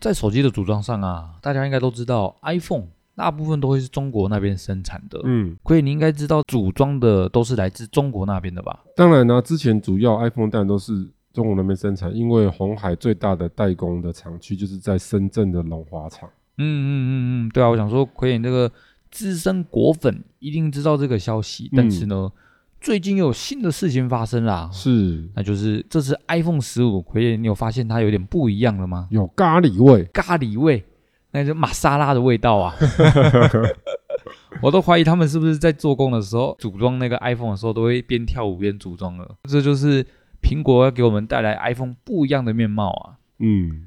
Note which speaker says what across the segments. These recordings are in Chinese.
Speaker 1: 在手机的组装上啊，大家应该都知道，iPhone 大部分都会是中国那边生产的。
Speaker 2: 嗯，
Speaker 1: 所以你应该知道，组装的都是来自中国那边的吧？
Speaker 2: 当然呢、啊之前主要 iPhone 当然都是中国那边生产，因为红海最大的代工的厂区就是在深圳的龙华厂。
Speaker 1: 嗯嗯嗯嗯，对啊，我想说，奎你这个资深果粉一定知道这个消息，但是呢，最近又有新的事情发生啦，
Speaker 2: 是
Speaker 1: 那就是这次 iPhone 十五，奎爷，你有发现它有点不一样了吗？
Speaker 2: 有咖喱味，
Speaker 1: 咖喱味，那是玛莎拉的味道啊！ 我都怀疑他们是不是在做工的时候组装那个 iPhone 的时候，都会边跳舞边组装了。这就是苹果要给我们带来 iPhone 不一样的面貌啊！
Speaker 2: 嗯，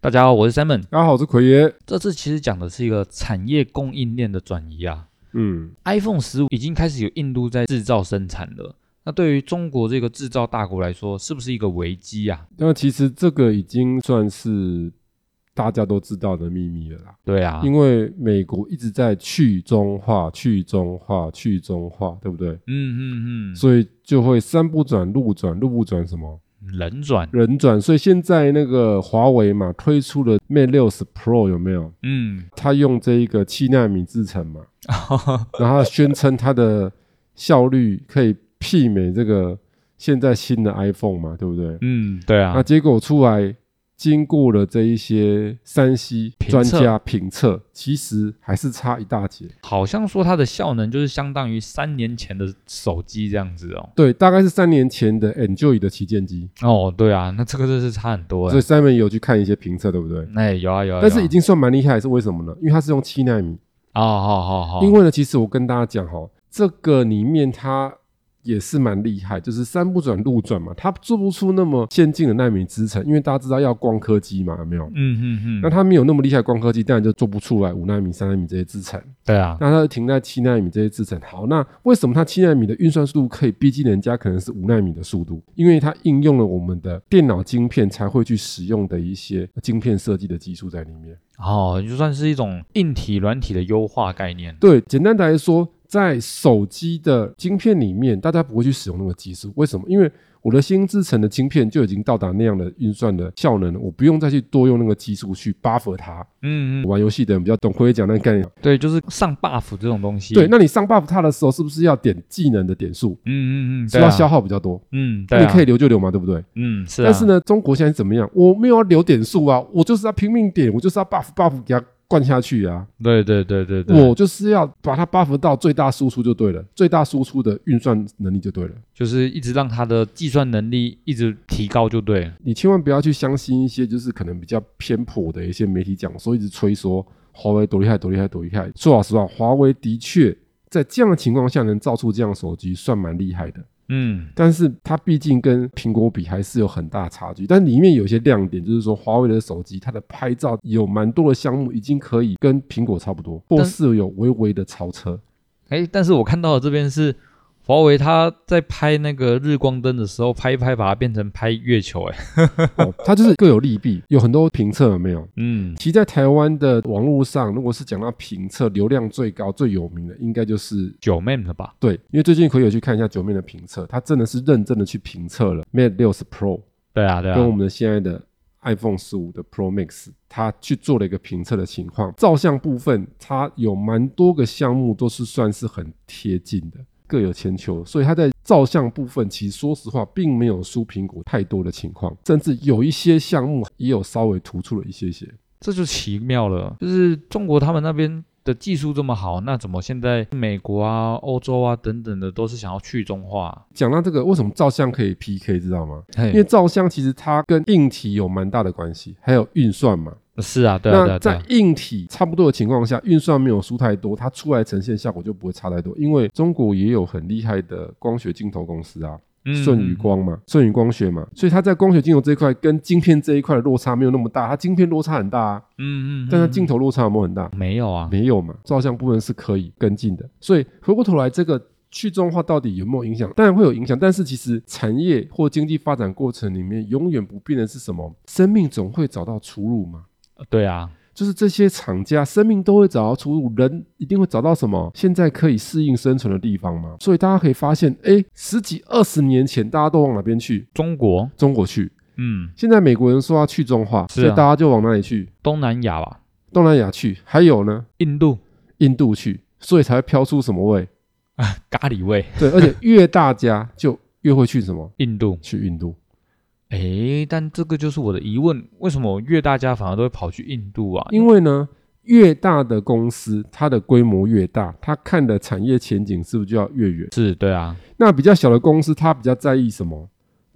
Speaker 1: 大家好，我是 Simon。
Speaker 2: 大家好，我是奎爷。
Speaker 1: 这次其实讲的是一个产业供应链的转移啊。
Speaker 2: 嗯，
Speaker 1: iPhone 十五已经开始有印度在制造生产了，那对于中国这个制造大国来说，是不是一个危机啊？
Speaker 2: 那其实这个已经算是大家都知道的秘密了啦，
Speaker 1: 对啊，
Speaker 2: 因为美国一直在去中化、去中化、去中化，对不对？
Speaker 1: 嗯嗯
Speaker 2: 所以就会山不转路转，路不转什么？
Speaker 1: 嗯，冷转，
Speaker 2: 人转，所以现在那个华为嘛推出了 Mate 60 Pro 有没有？
Speaker 1: 嗯，
Speaker 2: 它用这一个七纳米制 程嘛，然后它宣称它的效率可以媲美这个现在新的 iPhone 嘛，对不对？
Speaker 1: 嗯，对
Speaker 2: 那
Speaker 1: 啊，
Speaker 2: 结果出来，经过了这一些山西
Speaker 1: 评
Speaker 2: 专
Speaker 1: 测
Speaker 2: 家评测，其实还是差一大截。
Speaker 1: 好像说它的效能就是相当于三年前的手机这样子哦。
Speaker 2: 对，大概是三年前的 Enjoy 的旗舰机，
Speaker 1: 哦，对啊，那这个真是差很多
Speaker 2: 所以
Speaker 1: 哎。
Speaker 2: Simon 有去看一些评测，对不对？
Speaker 1: 那、有啊有啊，
Speaker 2: 但是
Speaker 1: 有啊
Speaker 2: 已经算蛮厉害，是为什么呢？因为它是用七纳米，
Speaker 1: 哦，好好好，
Speaker 2: 因为呢，其实我跟大家讲哈，这个里面它也是蛮厉害，就是山不转路转嘛，它做不出那么先进的纳米制程，因为大家知道要光刻机嘛，有没有？
Speaker 1: 嗯嗯嗯，
Speaker 2: 那它没有那么厉害的光刻机，当然就做不出来五纳米、三纳米这些制程，
Speaker 1: 对啊，
Speaker 2: 那它就停在七纳米这些制程。好，那为什么它七纳米的运算速度可以逼近人家可能是五纳米的速度？因为它应用了我们的电脑晶片才会去使用的一些晶片设计的技术在里面。
Speaker 1: 哦，就算是一种硬体软体的优化概念。
Speaker 2: 对，简单的来说，在手机的晶片里面，大家不会去使用那个技术，为什么？因为我的新制成的晶片就已经到达那样的运算的效能了，我不用再去多用那个技术去 buffer 它。
Speaker 1: 嗯嗯，
Speaker 2: 玩游戏的人比较懂，会讲那个概念。
Speaker 1: 对，就是上 buff 这种东西。
Speaker 2: 对，那你上 buff 它的时候，是不是要点技能的点数？
Speaker 1: 嗯嗯嗯，
Speaker 2: 是
Speaker 1: 对
Speaker 2: 要
Speaker 1: 啊，
Speaker 2: 消耗比较多，
Speaker 1: 嗯，对
Speaker 2: 那
Speaker 1: 啊，
Speaker 2: 你可以留就留嘛，对不对？
Speaker 1: 嗯是啊，
Speaker 2: 但是呢，中国现在是怎么样？我没有要留点数啊，我就是要拼命点，我就是要 buff buff 给它灌下去啊。
Speaker 1: 对对对对对，
Speaker 2: 我就是要把它 buff 到最大输出就对了，最大输出的运算能力就对了。
Speaker 1: 就是一直让他的计算能力一直提高就对了。
Speaker 2: 你千万不要去相信一些就是可能比较偏颇的一些媒体讲说，一直吹说华为多厉害多厉害多厉害。说老实话，华为的确在这样的情况下能造出这样的手机，算蛮厉害的。
Speaker 1: 嗯
Speaker 2: 但是它毕竟跟苹果比还是有很大差距，但里面有一些亮点，就是说华为的手机它的拍照有蛮多的项目已经可以跟苹果差不多，或
Speaker 1: 但
Speaker 2: 是有微微的超车。
Speaker 1: 哎，但是我看到的这边是华为，他在拍那个日光灯的时候，拍一拍把它变成拍月球，哎，
Speaker 2: 哦，它就是各有利弊，有很多评测有没有？
Speaker 1: 嗯，
Speaker 2: 其实，在台湾的网络上，如果是讲到评测流量最高、最有名的，应该就是
Speaker 1: 九 m 了吧？
Speaker 2: 对，因为最近可以有去看一下九妹的评测，它真的是认真的去评测了 Mate 60 Pro
Speaker 1: 对啊对啊
Speaker 2: 跟，我们的现在的 iPhone 十五的 Pro Max，它去做了一个评测的情况。照相部分，它有蛮多个项目都是算是很贴近的，各有千秋，所以它在照相部分，其实说实话，并没有输苹果太多的情况，甚至有一些项目也有稍微突出了一些些。
Speaker 1: 这就奇妙了，就是中国他们那边。的技术这么好，那怎么现在美国啊、欧洲啊等等的都是想要去中化？
Speaker 2: 讲到这个，为什么照相可以 PK，知道吗？
Speaker 1: 嘿
Speaker 2: 因为照相其实它跟硬体有蛮大的关系，还有运算嘛。
Speaker 1: 是啊，对啊，对
Speaker 2: 那
Speaker 1: 啊，对
Speaker 2: 在
Speaker 1: 啊，
Speaker 2: 硬体差不多的情况下，运算没有输太多，它出来呈现效果就不会差太多。因为中国也有很厉害的光学镜头公司啊，
Speaker 1: 嗯
Speaker 2: 舜宇光嘛，舜宇光学嘛，所以它在光学镜头这一块跟晶片这一块的落差没有那么大，它晶片落差很大啊，
Speaker 1: 嗯嗯，
Speaker 2: 但它
Speaker 1: 嗯
Speaker 2: 镜头落差有没有很大？
Speaker 1: 没有啊，
Speaker 2: 没有嘛，照相部分是可以跟进的。所以回过头来，这个去中化到底有没有影响？当然会有影响，但是其实产业或经济发展过程里面，永远不变的是什么？生命总会找到出路嘛。
Speaker 1: 对啊，
Speaker 2: 就是这些厂家，生命都会找到出路，人一定会找到什么现在可以适应生存的地方嘛。所以大家可以发现，哎，十几二十年前大家都往哪边去？
Speaker 1: 中国，
Speaker 2: 中国去。
Speaker 1: 嗯，
Speaker 2: 现在美国人说要去中化，
Speaker 1: 是啊
Speaker 2: 所以大家就往哪里去？
Speaker 1: 东南亚吧，
Speaker 2: 东南亚去，还有呢，
Speaker 1: 印度
Speaker 2: 印度去，所以才会飘出什么味？
Speaker 1: 咖喱味，
Speaker 2: 对，而且越大家就越会去什么？
Speaker 1: 印度，
Speaker 2: 去印度。
Speaker 1: 诶，但这个就是我的疑问，为什么越大家反而都会跑去印度啊？
Speaker 2: 因为呢，越大的公司，它的规模越大，它看的产业前景是不是就要越远？
Speaker 1: 是对啊，
Speaker 2: 那比较小的公司，它比较在意什么？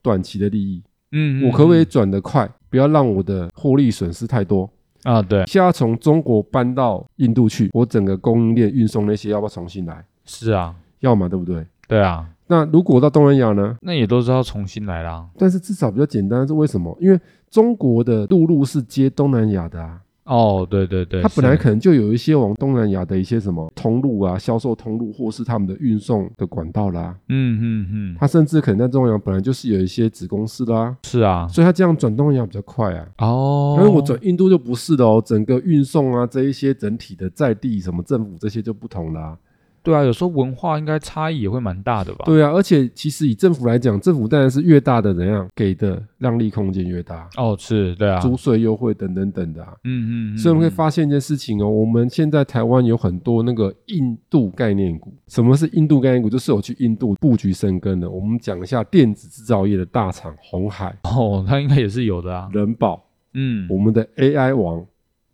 Speaker 2: 短期的利益，
Speaker 1: 嗯，
Speaker 2: 我可不可以
Speaker 1: 嗯
Speaker 2: 转得快？不要让我的获利损失太多。
Speaker 1: 嗯啊？对，
Speaker 2: 现在从中国搬到印度去，我整个供应链运送那些要不要重新来？
Speaker 1: 是啊，
Speaker 2: 要嘛，对不对？
Speaker 1: 对啊，
Speaker 2: 那如果到东南亚呢？
Speaker 1: 那也都是要重新来啦。
Speaker 2: 但是至少比较简单，是为什么？因为中国的陆路是接东南亚的啊，
Speaker 1: 哦，对对对，
Speaker 2: 它本来
Speaker 1: 是
Speaker 2: 可能就有一些往东南亚的一些什么通路啊、销售通路，或是他们的运送的管道啦。
Speaker 1: 嗯嗯嗯，
Speaker 2: 它甚至可能在东南亚本来就是有一些子公司啦，
Speaker 1: 是啊，
Speaker 2: 所以它这样转东南亚比较快啊。
Speaker 1: 哦，
Speaker 2: 但是我转印度就不是的哦，整个运送啊这一些整体的在地什么政府这些就不同啦、
Speaker 1: 对啊，有时候文化应该差异也会蛮大的吧？
Speaker 2: 对啊，而且其实以政府来讲，政府当然是越大的怎样给的让利空间越大，
Speaker 1: 哦，是，对啊，
Speaker 2: 租税优惠等等等的啊。
Speaker 1: 嗯嗯嗯，
Speaker 2: 所以我们
Speaker 1: 会
Speaker 2: 会发现一件事情哦，我们现在台湾有很多那个印度概念股。什么是印度概念股？就是有去印度布局生根的。我们讲一下电子制造业的大厂红海、
Speaker 1: 哦，它应该也是有的啊，
Speaker 2: 人保，
Speaker 1: 嗯，
Speaker 2: 我们的 AI 王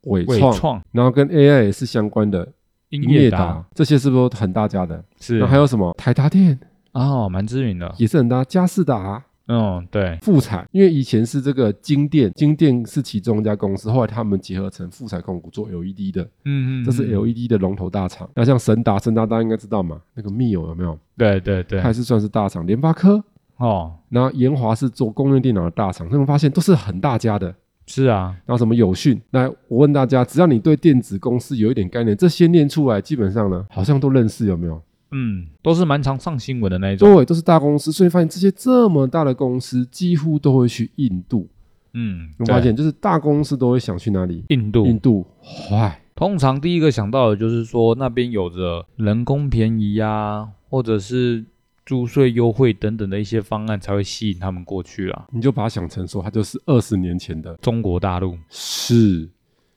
Speaker 2: 伟
Speaker 1: 伟
Speaker 2: 创，
Speaker 1: 创、
Speaker 2: 然后跟 AI 也是相关的
Speaker 1: 英
Speaker 2: 英业
Speaker 1: 达
Speaker 2: 达，这些是不是都很大家的？
Speaker 1: 是，
Speaker 2: 那还有什么台达电
Speaker 1: 哦，蛮知名的，
Speaker 2: 也是很大，佳士达、哦
Speaker 1: 嗯，对，
Speaker 2: 富彩，因为以前是这个金电，金电是其中一家公司，后来他们结合成富彩控股做 LED 的。
Speaker 1: 嗯嗯，
Speaker 2: 这是
Speaker 1: 嗯
Speaker 2: LED 的龙头大厂。那像神达，神达大家应该知道嘛，那个密友有没有？
Speaker 1: 对对对
Speaker 2: 它，还是算是大厂。联发科，
Speaker 1: 哦，
Speaker 2: 然后研华是做公用电脑的大厂，他们发现都是很大家的。
Speaker 1: 是啊，
Speaker 2: 然后什么友讯，来我问大家，只要你对电子公司有一点概念，这些念出来，基本上呢，好像都认识，有没有？
Speaker 1: 嗯，都是蛮常上新闻的那一种，
Speaker 2: 对，都是大公司，所以发现这些这么大的公司几乎都会去印度。
Speaker 1: 嗯，
Speaker 2: 我发
Speaker 1: 对
Speaker 2: 现就是大公司都会想去哪里？
Speaker 1: 印度
Speaker 2: 印度，坏，
Speaker 1: 通常第一个想到的就是说那边有着人工便宜啊，或者是租税优惠等等的一些方案才会吸引他们过去啦。
Speaker 2: 你就把它想成说，它就是二十年前的
Speaker 1: 中国大陆
Speaker 2: 是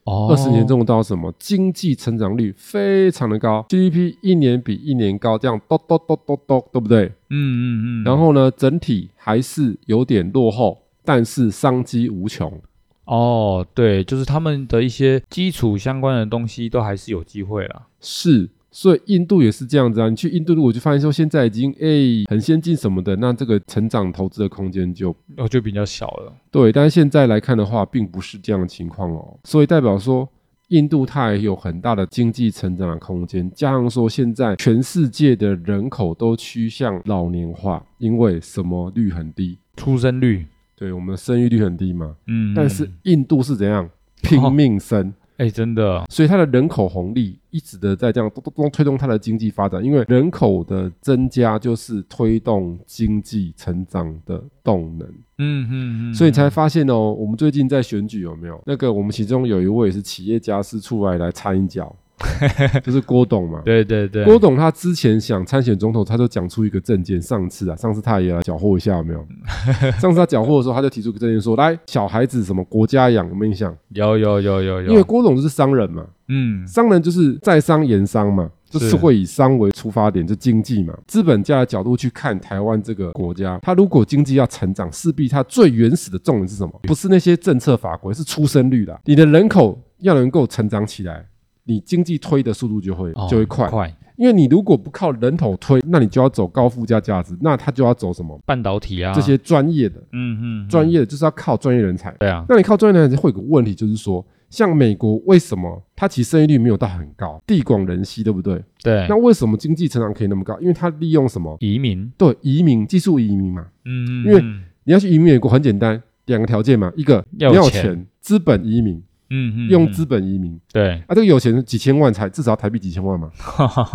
Speaker 1: 哦
Speaker 2: 二十年中国到什么经济成长率非常的高，GDP 一年比一年高，这样咚咚咚咚咚，对不对？
Speaker 1: 嗯嗯嗯，
Speaker 2: 然后呢，整体还是有点落后，但是商机无穷。
Speaker 1: 哦，对，就是他们的一些基础相关的东西都还是有机会啦。
Speaker 2: 是，所以印度也是这样子啊。你去印度，如果就发现说现在已经诶很先进什么的，那这个成长投资的空间就
Speaker 1: 哦，就比较小了。
Speaker 2: 对。但是现在来看的话，并不是这样的情况哦，所以代表说。印度它也有很大的经济成长的空间，加上说现在全世界的人口都趋向老年化，因为什么率很低，
Speaker 1: 出生率，
Speaker 2: 对我们的生育率很低嘛。
Speaker 1: 嗯，
Speaker 2: 但是印度是怎样拼命生，
Speaker 1: 哎、真的，
Speaker 2: 所以它的人口红利一直的在这样咚咚咚推动它的经济发展，因为人口的增加就是推动经济成长的动能，
Speaker 1: 嗯嗯嗯，
Speaker 2: 所以你才发现哦，我们最近在选举有没有那个我们其中有一位是企业家是出来来参 一脚，就是郭董嘛。
Speaker 1: 对对对，
Speaker 2: 郭董他之前想参选总统，他就讲出一个政见。上次啊，上次他也来缴获一下，有 没有？上次他缴获的时候，他就提出一个政见说，来小孩子什么国家养，有没有印象？
Speaker 1: 有有有有有，
Speaker 2: 因为郭董就是商人嘛，
Speaker 1: 嗯
Speaker 2: 商人就是在商言商嘛，就是
Speaker 1: 是
Speaker 2: 会以商为出发点，就经济嘛。资本家的角度去看台湾这个国家，它如果经济要成长，势必它最原始的重点是什么？不是那些政策法规，是出生率啦。你的人口要能够成长起来，你经济推的速度就会、
Speaker 1: 哦
Speaker 2: 就会快。
Speaker 1: 快，
Speaker 2: 因为你如果不靠人口推，那你就要走高附加价值，那它就要走什么？
Speaker 1: 半导体啊
Speaker 2: 这些专业的，
Speaker 1: 嗯嗯，嗯
Speaker 2: 专业的就是要靠专业人才。
Speaker 1: 对啊，
Speaker 2: 那你靠专业人才会有个问题，就是说像美国为什么它其实生育率没有到很高，地广人稀，对不对？
Speaker 1: 对
Speaker 2: 那，为什么经济成长可以那么高？因为它利用什么？
Speaker 1: 移民，
Speaker 2: 对，移民技术移民嘛。
Speaker 1: 嗯，嗯
Speaker 2: 因为你要去移民美国很简单，两个条件嘛，一个
Speaker 1: 要有
Speaker 2: 你有
Speaker 1: 钱
Speaker 2: 钱，资本移民，
Speaker 1: 嗯嗯
Speaker 2: 用
Speaker 1: 嗯
Speaker 2: 资本移民
Speaker 1: 对，
Speaker 2: 啊，这个有钱几千万才至少台币几千 万嘛。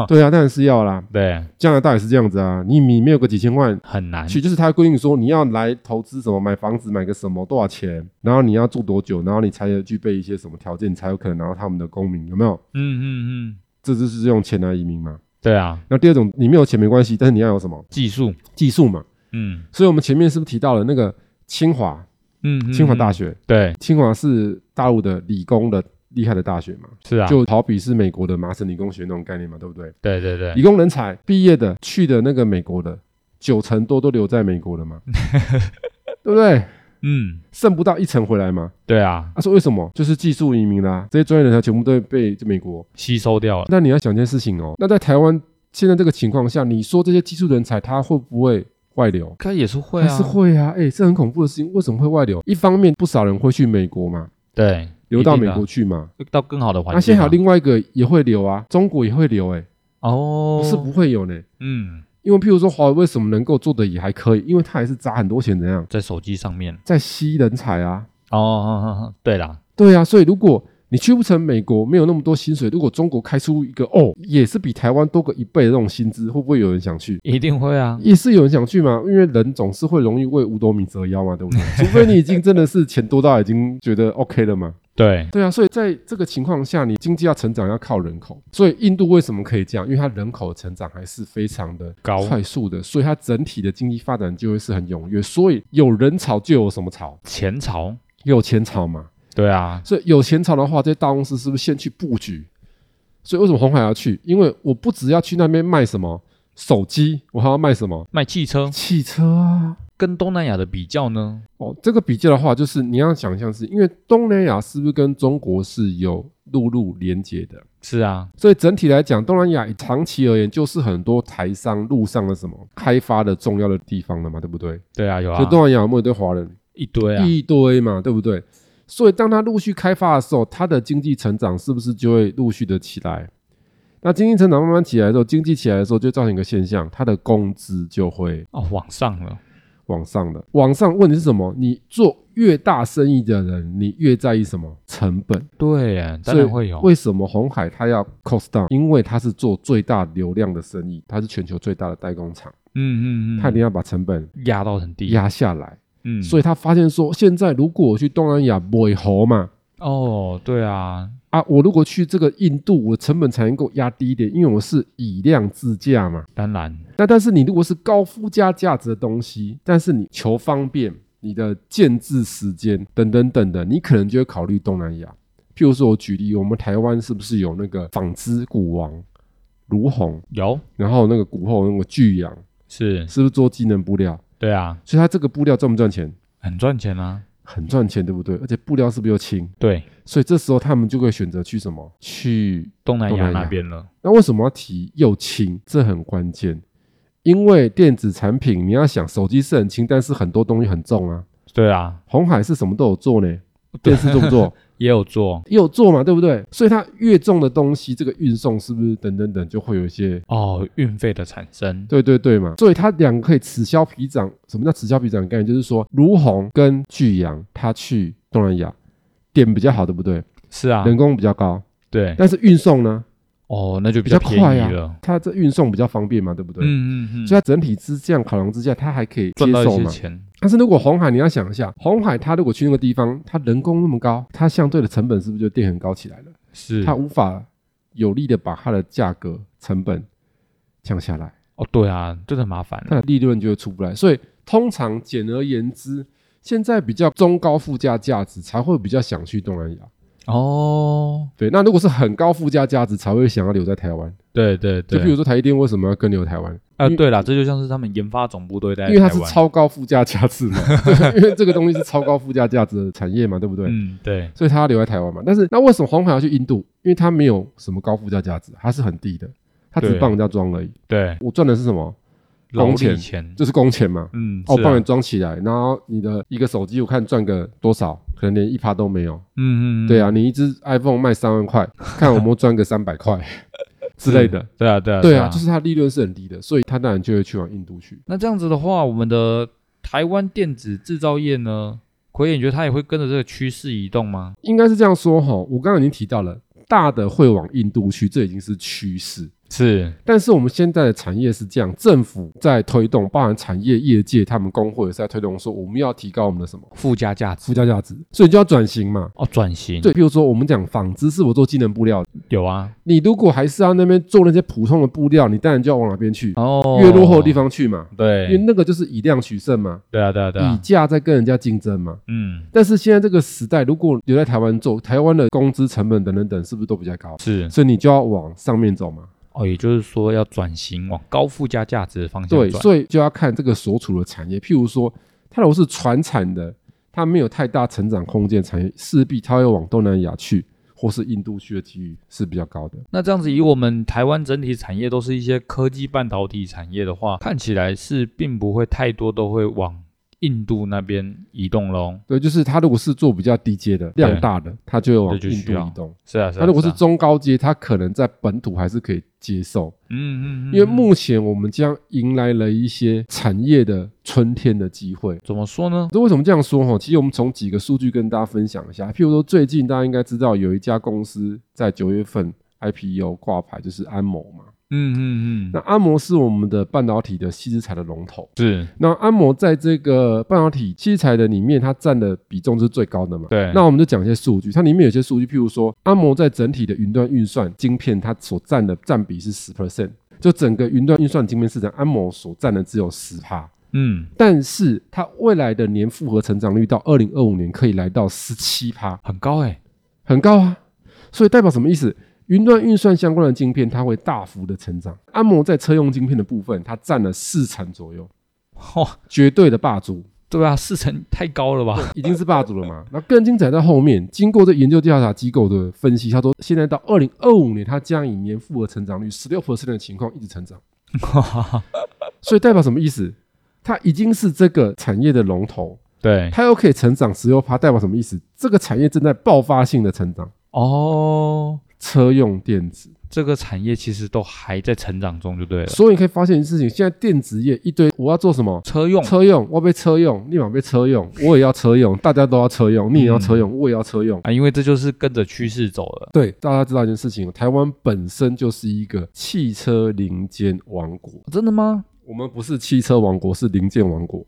Speaker 2: 对啊，当然是要啦。
Speaker 1: 对，
Speaker 2: 加拿大也是这样子啊，你你没有个几千万，
Speaker 1: 很难，
Speaker 2: 去就是他规定说你要来投资什么，买房子买个什么多少钱，然后你要住多久，然后你才有具备一些什么条件，你才有可能拿到他们的公民，有没有？
Speaker 1: 嗯嗯嗯，
Speaker 2: 这就是用钱来移民嘛。
Speaker 1: 对啊，
Speaker 2: 那第二种，你没有钱没关系，但是你要有什么
Speaker 1: 技术，
Speaker 2: 技术嘛。
Speaker 1: 嗯
Speaker 2: 所以我们前面是不是提到了那个清华，
Speaker 1: 嗯，
Speaker 2: 清华大
Speaker 1: 学，
Speaker 2: 学，
Speaker 1: 对，
Speaker 2: 清华是大陆的理工的厉害的大学嘛，
Speaker 1: 是啊，
Speaker 2: 就好比是美国的麻省理工学那种概念嘛，对不对？
Speaker 1: 对对对
Speaker 2: 理，工人才毕业的去的那个美国的，九成多都留在美国 了嘛，对不对？
Speaker 1: 嗯，
Speaker 2: 剩不到一成回来嘛。
Speaker 1: 对啊，
Speaker 2: 他、说为什么？就是技术移民啦、啊这些专业人才全部都被被美国。
Speaker 1: 吸收掉了，
Speaker 2: 那你要想一件事情哦，那在台湾现在这个情况下，你说这些技术人才他会不会外流？
Speaker 1: 可也是会
Speaker 2: 还
Speaker 1: 啊，
Speaker 2: 是，会啊，哎、这很恐怖的事情，为什么会外流？一方面不少人会去美国嘛，
Speaker 1: 对，
Speaker 2: 流
Speaker 1: 一
Speaker 2: 到
Speaker 1: 定
Speaker 2: 美
Speaker 1: 的啊
Speaker 2: 国去嘛。
Speaker 1: 会到更好的环境啊，
Speaker 2: 那、现在还有另外一个也会流啊，中国也会流、哎，
Speaker 1: 哦，
Speaker 2: 不是不会有呢。
Speaker 1: 嗯，
Speaker 2: 因为譬如说华为为什么能够做的也还可以，因为它还是砸很多钱怎样，
Speaker 1: 在手机上面，
Speaker 2: 在吸人才啊。
Speaker 1: 哦哦哦，哦对啦，
Speaker 2: 对啊，所以如果你去不成美国，没有那么多薪水，如果中国开出一个哦，也是比台湾多个一倍的那种薪资，会不会有人想去？
Speaker 1: 一定会啊，
Speaker 2: 也是有人想去嘛，因为人总是会容易为五斗米折腰嘛，对不对？除非你已经真的是钱多到已经觉得 OK 了嘛。
Speaker 1: 对，
Speaker 2: 对啊，所以在这个情况下，你经济要成长要靠人口，所以印度为什么可以这样？因为它人口成长还是非常的
Speaker 1: 高
Speaker 2: 快速的，所以它整体的经济发展就会是很踊跃。所以有人潮就有什么潮，
Speaker 1: 前朝，
Speaker 2: 有钱潮嘛。
Speaker 1: 对啊，
Speaker 2: 所以有钱潮的话，这些大公司是不是先去布局？所以为什么红海要去？因为我不只要去那边卖什么手机，我还要卖什么
Speaker 1: 卖汽车
Speaker 2: 汽车啊。
Speaker 1: 跟东南亚的比较呢，
Speaker 2: 哦，这个比较的话，就是你要想象是，因为东南亚是不是跟中国是有陆路连接的？
Speaker 1: 是啊，
Speaker 2: 所以整体来讲，东南亚长期而言就是很多台商路上的什么开发的重要的地方了嘛，对不对？
Speaker 1: 对啊，有
Speaker 2: 所
Speaker 1: 啊
Speaker 2: 以，东南亚有没有一堆华人？
Speaker 1: 一堆啊，
Speaker 2: 一堆嘛，对不对？所以当它陆续开发的时候，它的经济成长是不是就会陆续的起来？那经济成长慢慢起来的时候，经济起来的时候，就造成一个现象，它的工资就会
Speaker 1: 哦，往上了，
Speaker 2: 往上的。往上问题是什么？你做越大生意的人，你越在意什么成本？
Speaker 1: 对耶，当
Speaker 2: 所以
Speaker 1: 然会有，
Speaker 2: 为什么红海它要 cost down？因为它是做最大流量的生意，它是全球最大的代工厂，
Speaker 1: 嗯嗯嗯，
Speaker 2: 它一定要把成本
Speaker 1: 压到很低，
Speaker 2: 压下来。
Speaker 1: 嗯，
Speaker 2: 所
Speaker 1: 以
Speaker 2: 以他发现说，现在如果我去东南亚买猴嘛，
Speaker 1: 哦，对啊，
Speaker 2: 啊，我如果去这个印度，我成本才能够压低一点，因为我是以量制价嘛。
Speaker 1: 当然，
Speaker 2: 那但是你如果是高附加价值的东西，但是你求方便、你的建制时间等等等的，你可能就会考虑东南亚。譬如说，我举例，我们台湾是不是有那个纺织股王卢红，
Speaker 1: 有
Speaker 2: 然后那个股后那个巨阳，
Speaker 1: 是，
Speaker 2: 是不是做机能布料？
Speaker 1: 对啊，
Speaker 2: 所以它这个布料赚不赚钱？
Speaker 1: 很赚钱啊，
Speaker 2: 很赚钱，对不对？而且布料是不是又轻？
Speaker 1: 对，
Speaker 2: 所以这时候他们就会选择去什么？去
Speaker 1: 东南
Speaker 2: 东
Speaker 1: 亚
Speaker 2: 南亚
Speaker 1: 那边了，
Speaker 2: 那为什么要提又轻？这很关键，因为电子产品你要想，手机是很轻，但是很多东西很重啊。
Speaker 1: 对啊，
Speaker 2: 红海是什么都有做呢，电视做不做？
Speaker 1: 也有做，
Speaker 2: 也有做嘛，对不对？所以它越重的东西，这个运送是不是等等等就会有一些？
Speaker 1: 哦，运费的产生，
Speaker 2: 对对对嘛，所以它两个可以此消彼长。什么叫此消彼长的概念？就是说，如虹跟巨阳，它去东南亚点比较好，对不对？
Speaker 1: 是啊，
Speaker 2: 人工比较高，
Speaker 1: 对，
Speaker 2: 但是运送呢？
Speaker 1: 哦，那就
Speaker 2: 比
Speaker 1: 比
Speaker 2: 较
Speaker 1: 便
Speaker 2: 快
Speaker 1: 宜
Speaker 2: 啊
Speaker 1: 了，，
Speaker 2: 它这运送比较方便嘛，对不
Speaker 1: 嗯
Speaker 2: 对？
Speaker 1: 嗯嗯，
Speaker 2: 所以它整体之这样考量之下，它还可以
Speaker 1: 赚
Speaker 2: 接
Speaker 1: 到一
Speaker 2: 受
Speaker 1: 些
Speaker 2: 嘛。
Speaker 1: 钱，
Speaker 2: 但是如果红海，你要想一下，红海它如果去那个地方，它人工那么高，它相对的成本是不是就定很高起来了？
Speaker 1: 是，
Speaker 2: 它无法有力的把它的价格成本降下来，
Speaker 1: 哦，对啊，真的很麻烦
Speaker 2: 它的利润就会出不来。所以通常简而言之，现在比较中高附加价值才会比较想去东南亚。
Speaker 1: 哦，
Speaker 2: 对，那如果是很高附加价值，才会想要留在台湾。
Speaker 1: 对对
Speaker 2: 就
Speaker 1: 对，
Speaker 2: 比如说台积电为什么要跟留台湾？
Speaker 1: 啊，
Speaker 2: 因为
Speaker 1: 对啦，这就像是他们研发总部都在
Speaker 2: 因为它
Speaker 1: 台
Speaker 2: 是
Speaker 1: 湾，
Speaker 2: 超高附加价值 嘛，因为这个东西是超高附加价值的产业嘛，对不对？
Speaker 1: 嗯，对，
Speaker 2: 所以它留在台湾嘛。但是那为什么红海要去印度？因为它没有什么高附加价值，它是很低的，它只
Speaker 1: 对
Speaker 2: 帮人家装而已。
Speaker 1: 对，
Speaker 2: 我赚的是什么？
Speaker 1: 劳
Speaker 2: 工
Speaker 1: 力
Speaker 2: 钱
Speaker 1: 钱，
Speaker 2: 就是工钱嘛。
Speaker 1: 嗯，
Speaker 2: 哦，
Speaker 1: 是
Speaker 2: 帮
Speaker 1: 啊
Speaker 2: 你装起来，然后你的一个手机，我看赚个多少，可能连一趴都没有。
Speaker 1: 嗯嗯，
Speaker 2: 对啊，你一只 iPhone 卖三万块，看我们赚个三百块 之类的。
Speaker 1: 对啊对啊
Speaker 2: 对啊，就是它利润是很低的，所以它当然就会去往印度去。
Speaker 1: 那这样子的话，我们的台湾电子制造业呢，奎爷你觉得它也会跟着这个趋势移动吗？
Speaker 2: 应该是这样说哈，我刚刚已经提到了，大的会往印度去，这已经是趋势。
Speaker 1: 是，
Speaker 2: 但是我们现在的产业是这样，政府在推动，包含产业业界，他们工会也是在推动，说我们要提高我们的什么
Speaker 1: 附加价值
Speaker 2: 附加价值，所以就要转型嘛。
Speaker 1: 哦，转型
Speaker 2: 对，比如说我们讲纺织是我做机能布料，
Speaker 1: 有啊，
Speaker 2: 你如果还是要那边做那些普通的布料，你当然就要往哪边去，
Speaker 1: 哦，
Speaker 2: 越落后的地，方去嘛，因为
Speaker 1: 对，
Speaker 2: 那个就是以量取胜嘛，
Speaker 1: 对啊对啊对
Speaker 2: 以
Speaker 1: 啊，
Speaker 2: 价在跟人家竞争嘛。
Speaker 1: 嗯，
Speaker 2: 但是现在这个时代，如果留在台湾做，台湾的工资成本等等等，是不是都比较高？
Speaker 1: 是，
Speaker 2: 所以你就要往上面走嘛。
Speaker 1: 哦，也就是说要转型往高附加价值的方向
Speaker 2: 对，
Speaker 1: 转，
Speaker 2: 所以就要看这个所处的产业。譬如说，它如果是传产的，它没有太大成长空间，产业势必它会往东南亚去，或是印度去的机遇是比较高的。
Speaker 1: 那这样子，以我们台湾整体产业都是一些科技半导体产业的话，看起来是并不会太多都会往印度那边移动喽。
Speaker 2: 对，就是它如果是做比较低阶的、量大的，它就会往
Speaker 1: 这就
Speaker 2: 印
Speaker 1: 需
Speaker 2: 度
Speaker 1: 要
Speaker 2: 移动。
Speaker 1: 是啊，是啊。
Speaker 2: 它如果是
Speaker 1: 啊
Speaker 2: 中高阶，它可能在本土还是可以接受，
Speaker 1: 嗯嗯嗯，
Speaker 2: 因为目前我们将迎来了一些产业的春天的机会。
Speaker 1: 怎么说呢？
Speaker 2: 那为什么这样说哈？其实我们从几个数据跟大家分享一下，譬如说最近大家应该知道有一家公司在九月份 IPO 挂牌，就是安谋嘛。
Speaker 1: 嗯嗯嗯，
Speaker 2: 那安谋是我们的半导体的细制材的龙头。
Speaker 1: 是
Speaker 2: 那安谋在这个半导体器材的里面，它占的比重是最高的嘛？
Speaker 1: 对
Speaker 2: 那我们就讲一些数据，它里面有些数据，譬如说，安谋在整体的云端运算晶片，它所占的占比是十 percent，就整个云端运算晶片市场，安谋所占的只有十趴。
Speaker 1: 嗯，
Speaker 2: 但是它未来的年复合成长率到二零二五年可以来到十七趴，
Speaker 1: 很高哎、
Speaker 2: 很高啊。所以代表什么意思？云端运算相关的晶片，它会大幅的成长。安摩在车用晶片的部分，它占了四成左右，
Speaker 1: 哦，
Speaker 2: 绝对的霸主，
Speaker 1: 对啊，四成太高了吧？
Speaker 2: 已经是霸主了嘛。那更精彩在后面，经过这研究调查机构的分析，他说，现在到二零二五年，它将以年复合成长率十六的情况一直成长。所以代表什么意思？它已经是这个产业的龙头，
Speaker 1: 对，
Speaker 2: 它又可以成长十六趴，代表什么意思？这个产业正在爆发性的成长，
Speaker 1: 哦，
Speaker 2: 车用电子。
Speaker 1: 这个产业其实都还在成长中，就对啊了。
Speaker 2: 所以你可以发现一件事情，现在电子业一堆，我要做什么？
Speaker 1: 车用
Speaker 2: 车用，我要被车用，立马被车用，我也要车用，大家都要车用，你也要车用，我也要车用。
Speaker 1: 啊，因为这就是跟着趋势走了。
Speaker 2: 对，大家知道一件事情，哦台湾本身就是一个汽车零件王国，
Speaker 1: 真的吗？
Speaker 2: 我们不是汽车王国，是零件王国，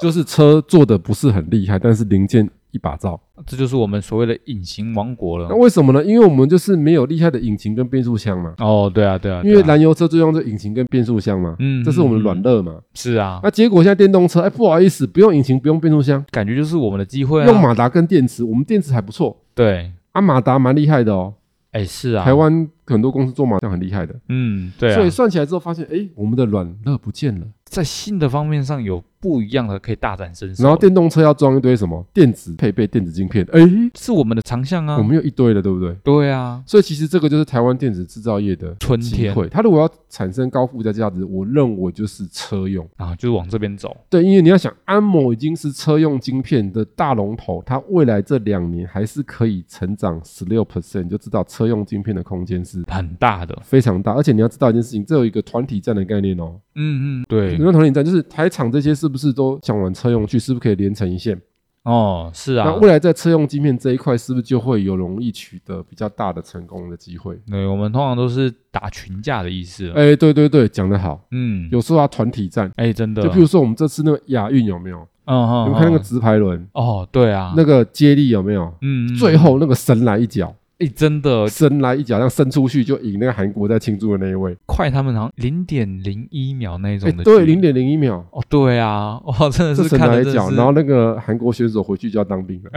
Speaker 2: 就是车做的不是很厉害，但是零件一把照。
Speaker 1: 这就是我们所谓的隐形王国了
Speaker 2: 那。为什么呢？因为我们就是没有厉害的引擎跟变速箱嘛。
Speaker 1: 哦，对啊，对啊，
Speaker 2: 因
Speaker 1: 对
Speaker 2: 为
Speaker 1: 啊
Speaker 2: 燃油车最用这引擎跟变速箱嘛，
Speaker 1: 嗯
Speaker 2: 这是我们的软肋嘛。
Speaker 1: 是啊，
Speaker 2: 那结果现在电动车，哎，不好意思，不用引擎，不用变速箱，
Speaker 1: 感觉就是我们的机会啊。
Speaker 2: 用马达跟电池，我们电池还不错。
Speaker 1: 对，
Speaker 2: 啊，马达蛮厉害的哦，
Speaker 1: 哎，是啊，
Speaker 2: 台湾很多公司做马达很厉害的，
Speaker 1: 嗯，对
Speaker 2: 所以
Speaker 1: 啊，
Speaker 2: 算起来之后发现，哎，我们的软肋不见了。
Speaker 1: 在新的方面上有不一样的可以大展身手，
Speaker 2: 然后电动车要装一堆什么电子配备、电子晶片，哎，
Speaker 1: 是我们的长项啊
Speaker 2: 我。们又一堆了，对不对？
Speaker 1: 对啊，
Speaker 2: 所以其实这个就是台湾电子制造业的
Speaker 1: 春
Speaker 2: 机
Speaker 1: 天
Speaker 2: 会。它如果要产生高附加价值，我认为就是车用。
Speaker 1: 啊，就是往这边走。
Speaker 2: 对，因为你要想，安某已经是车用晶片的大龙头，它未来这两年还是可以成长十六 percent，就知道车用晶片的空间是
Speaker 1: 很大的，
Speaker 2: 非常大。而且你要知道一件事情，这有一个团体战的概念哦。
Speaker 1: 嗯嗯，对
Speaker 2: 什，么叫团体战？就是台厂这些是不是都想往车用去，是不是可以连成一线？
Speaker 1: 哦，是啊
Speaker 2: 那，未来在车用晶片这一块，是不是就会有容易取得比较大的成功的机会？
Speaker 1: 对，我们通常都是打群架的意思。
Speaker 2: 哎、对对对，讲得好。
Speaker 1: 嗯，
Speaker 2: 有时候要啊团体战，
Speaker 1: 哎，真的，
Speaker 2: 就譬如说我们这次那个亚运有没有？
Speaker 1: 嗯，嗯
Speaker 2: 你们看那个
Speaker 1: 嗯
Speaker 2: 直排轮，
Speaker 1: 哦，对啊，
Speaker 2: 那个接力有没有？
Speaker 1: 嗯，嗯
Speaker 2: 最，后那个神来一脚，
Speaker 1: 哎，真的，
Speaker 2: 神来一脚，这样伸出去就赢那个韩国在庆祝的那一位。
Speaker 1: 快他们好像零点零一秒那
Speaker 2: 哎
Speaker 1: 种，的距离，
Speaker 2: 对，零点零一秒，
Speaker 1: 哦，对啊，哇，真的
Speaker 2: 这
Speaker 1: 是
Speaker 2: 神
Speaker 1: 看
Speaker 2: 来
Speaker 1: 的
Speaker 2: 一
Speaker 1: 真的
Speaker 2: 脚，
Speaker 1: 是
Speaker 2: 然后那个韩国选手回去就要当兵了。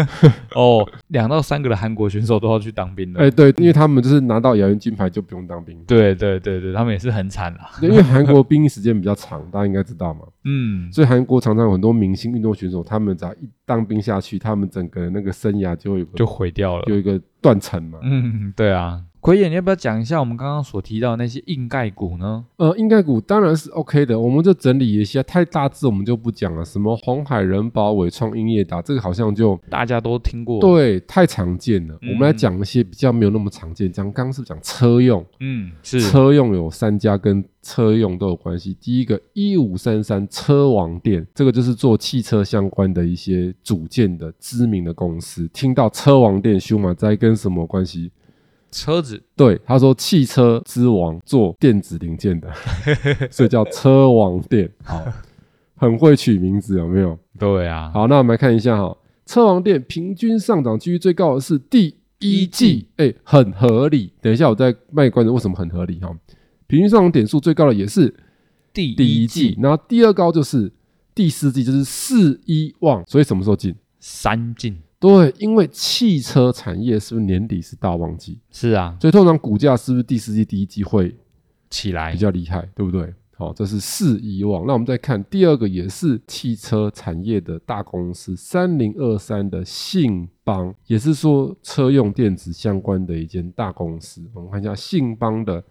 Speaker 1: 哦，两到三个的韩国选手都要去当兵了。
Speaker 2: 哎，对，因为他们就是拿到亚运金牌就不用当 兵，
Speaker 1: 对对对对，他们也是很惨啊啦。
Speaker 2: 对因为韩国兵役时间比较长，大家应该知道嘛。
Speaker 1: 嗯，
Speaker 2: 所以韩国常常有很多明星运动选手，他们只要一当兵下去，他们整个那个生涯就会有个
Speaker 1: 就毁掉了。
Speaker 2: 有一个断层嘛。
Speaker 1: 嗯，对啊，奎爷，你要不要讲一下我们刚刚所提到的那些硬盖股呢？
Speaker 2: 呃，硬盖股当然是 OK 的，我们就整理一下，太大字我们就不讲了。什么红海、人保、伟创、英业达，这个好像就
Speaker 1: 大家都听过，，
Speaker 2: 对太常见了。
Speaker 1: 嗯
Speaker 2: 我们来讲一些比较没有那么常见，讲刚刚是讲车用，
Speaker 1: 嗯，是
Speaker 2: 车用有三家跟车用都有关系。第一个一五三三车王店，这个就是做汽车相关的一些组件的知名的公司。听到车王店，修马在跟什么关系？
Speaker 1: 车子，
Speaker 2: 对，他说汽车之王做电子零件 的，所以叫车王店。好，很会取名字，有没有？
Speaker 1: 对啊，
Speaker 2: 好，那我们来看一下哈，车王店平均上涨几率最高的是第一季，哎、很合理。等一下我再卖关子，为什么很合理哈？哦平均上涨点数最高的也是
Speaker 1: 第
Speaker 2: 第
Speaker 1: 一
Speaker 2: 一季，然后第二高就是第四季，就是四一旺。所以什么时候进？
Speaker 1: 三进，
Speaker 2: 对，因为汽车产业是不是年底是大旺季？
Speaker 1: 是啊，
Speaker 2: 所以通常股价是不是第四季、第一季会
Speaker 1: 起来
Speaker 2: 比较厉害，对不对？好，这是四以往。那我们再看第二个，也是汽车产业的大公司三零二三的信邦，也是说车用电子相关的一间大公司。我们看一下信邦的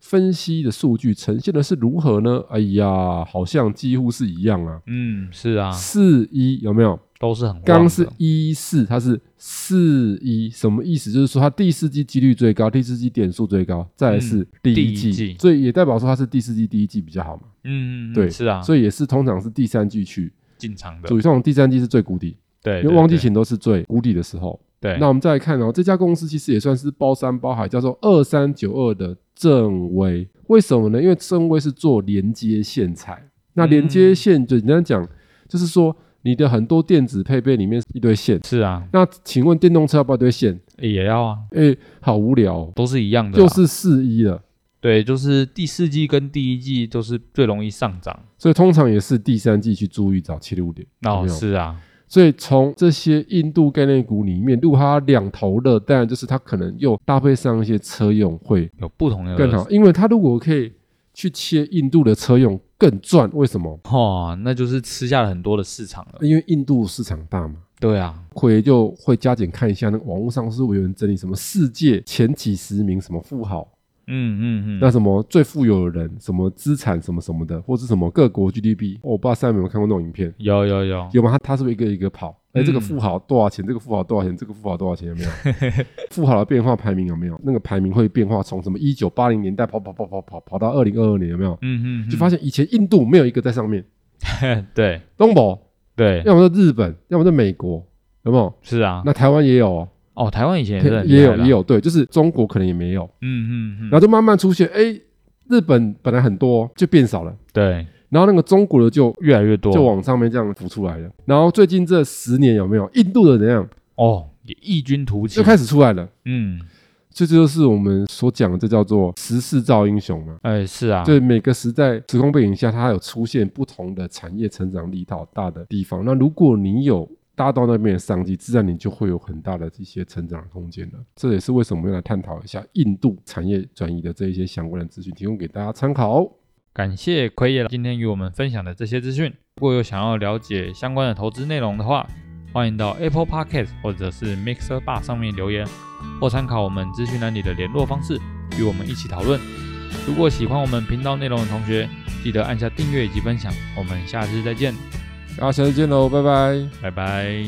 Speaker 2: 分析的数据呈现的是如何呢？哎呀，好像几乎是一样啊。
Speaker 1: 嗯，是啊，
Speaker 2: 四一有没有？
Speaker 1: 都是很旺
Speaker 2: 刚刚
Speaker 1: 的
Speaker 2: 是一四，它是四一，什么意思？就是说它第四季几率最高，第四季点数最高，再来是第
Speaker 1: 嗯第
Speaker 2: 一
Speaker 1: 一
Speaker 2: 季，
Speaker 1: 季
Speaker 2: 所以也代表说它是第四季第一季比较好嘛。
Speaker 1: 嗯，嗯嗯
Speaker 2: 对
Speaker 1: 是啊，
Speaker 2: 所以也是通常是第三季去，
Speaker 1: 进场的，
Speaker 2: 主通常第三季是最谷底，
Speaker 1: 对，
Speaker 2: 因为
Speaker 1: 对
Speaker 2: 旺季
Speaker 1: 对
Speaker 2: 前都是最谷底的时候。
Speaker 1: 对，
Speaker 2: 那我们再来看哦，这家公司其实也算是包山包海，叫做二三九二的正威。为什么呢？因为正威是做连接线材，那连接
Speaker 1: 嗯
Speaker 2: 线简单讲就是说你的很多电子配备里面一堆线。
Speaker 1: 是啊，
Speaker 2: 那请问电动车要不要一堆线？
Speaker 1: 也要啊，
Speaker 2: 哎、好无聊、哦，
Speaker 1: 都是一样的啊啦，
Speaker 2: 就是四一了，
Speaker 1: 对，就是第四季跟第一季都是最容易上涨，
Speaker 2: 所以通常也是第三季去注意找切入点。有
Speaker 1: 哦，
Speaker 2: 没有
Speaker 1: 是啊，
Speaker 2: 所以从这些印度概念股里面，如果它两头热，当然就是它可能又搭配上一些车用会
Speaker 1: 有不同的
Speaker 2: 更好，因为它如果可以去切印度的车用更赚，为什么？
Speaker 1: 哦，那就是吃下了很多的市场了，
Speaker 2: 因为印度市场大嘛。
Speaker 1: 对啊，
Speaker 2: 奎就会加减看一下那个网络上是不是有人整理什么世界前几十名什么富豪，
Speaker 1: 嗯嗯
Speaker 2: 那
Speaker 1: 嗯，
Speaker 2: 什么最富有的人，什么资产什么什么的，或是什么各国 GDP，、哦我不知道三有没有看过那种影片，
Speaker 1: 有有有，
Speaker 2: 有吗？他他是不是一个一个跑？哎、这个
Speaker 1: 嗯
Speaker 2: 富豪多少钱？这个富豪多少钱？这个富豪多少钱？有 没有？富豪的变化排名有没有？那个排名会变化，从什么一九八零年代跑跑跑跑跑跑到二零二二年，有没有？
Speaker 1: 嗯嗯，
Speaker 2: 就发现以前印度没有一个在上面，
Speaker 1: 现 对
Speaker 2: 东宝，
Speaker 1: 对
Speaker 2: 要么就日本，要么就美国，有没有？
Speaker 1: 是啊，
Speaker 2: 那台湾也有哦，
Speaker 1: 哦，台湾以前也是很
Speaker 2: 也
Speaker 1: 厉
Speaker 2: 有
Speaker 1: 害啦啊
Speaker 2: 也，有，对，就是中国可能也没有，
Speaker 1: 嗯嗯
Speaker 2: 然
Speaker 1: 嗯，
Speaker 2: 后就慢慢出现，哎，日本本来很多就变少了，
Speaker 1: 对，
Speaker 2: 然后那个中国的就
Speaker 1: 越来越多，
Speaker 2: 就往上面这样浮出来了，然后最近这十年有没有印度的怎样
Speaker 1: 哦，也异军突起
Speaker 2: 就，开始出来了？
Speaker 1: 嗯，
Speaker 2: 这就是我们所讲的，这叫做时势造英雄嘛。
Speaker 1: 哎，是啊，
Speaker 2: 对每个时代时空背景下，它有出现不同的产业成长力道大的地方。那如果你有搭到那边的商机，自然你就会有很大的一些成长空间了。这也是为什么要来探讨一下印度产业转移的这一些相关的资讯，提供给大家参考。
Speaker 1: 感谢奎爷今天与我们分享的这些资讯。如果有想要了解相关的投资内容的话，欢迎到 Apple Podcast 或者是 Mixer Bar 上面留言，或参考我们资讯栏里的联络方式，与我们一起讨论。如果喜欢我们频道内容的同学，记得按下订阅以及分享。我们下次再见，
Speaker 2: 大家下次见喽，拜拜。
Speaker 1: 拜拜。